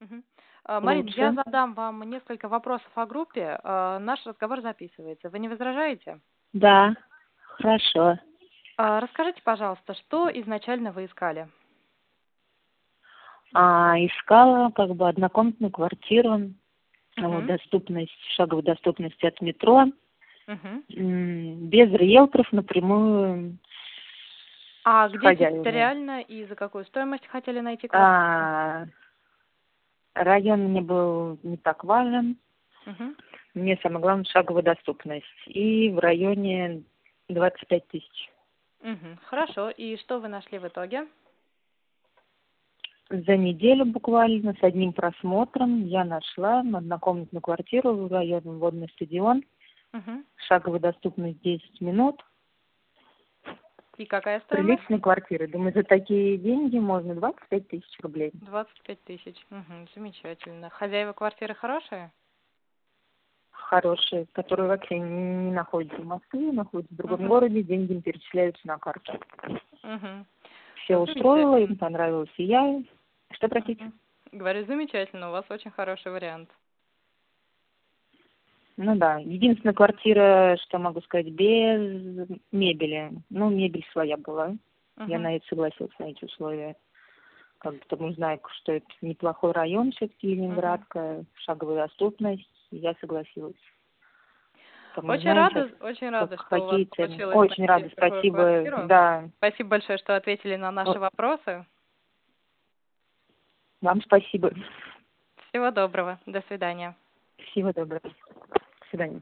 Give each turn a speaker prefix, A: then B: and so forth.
A: Мгм. А, Марина, я
B: лучше.
A: задам вам несколько вопросов о группе. А, Наш разговор записывается. Вы не возражаете?
B: Да, хорошо.
A: А, Расскажите, пожалуйста, что изначально вы искали?
B: А, искала как бы однокомнатную квартиру,
A: Мгм.
B: А вот, доступность, шаговой доступности от метро,
A: Мгм.
B: м, без риэлторов напрямую.
A: А где
B: Сходя, не знаю.
A: территориально и за какую стоимость хотели найти квартиру?
B: А, район мне был не так важен.
A: Мгм.
B: Мне самое главное шаговая доступность. И в районе 25 тысяч.
A: Мгм. Хорошо. И что вы нашли в итоге?
B: За неделю буквально с одним просмотром я нашла однокомнатную квартиру в районе водный стадион.
A: Мгм.
B: Шаговая доступность 10 минут.
A: И какая стоимость?
B: Приличная квартира. Думаю, за такие деньги можно 25 тысяч рублей.
A: 25 тысяч. Мгм. Замечательно. Хозяева квартиры хорошие?
B: Хорошие, которые вообще не находятся в Москве, находятся в другом
A: Мгм.
B: городе, деньги им перечисляются на карту.
A: Мгм.
B: Все устроило, им понравилось и я. Что, простите?
A: Ну, Мгм. Говорю, замечательно, у вас очень хороший вариант.
B: Ну да, единственная квартира, что могу сказать, без мебели. Ну, мебель своя была. Я
A: Мгм.
B: на это согласилась, на эти условия. Как бы, потому что знаю, что это неплохой район все-таки Ленинградка, шаговая доступность. и Я согласилась. Потому
A: Очень
B: знаем
A: рада,
B: сейчас,
A: очень рада,
B: как
A: что у вас
B: какие цены.
A: получилось.
B: Очень
A: найти
B: рада,
A: такую
B: спасибо.
A: квартиру.
B: Да,
A: Спасибо большое, что ответили на наши
B: О.
A: вопросы.
B: вам спасибо.
A: Всего доброго. До свидания.
B: Всего доброго. До свидания.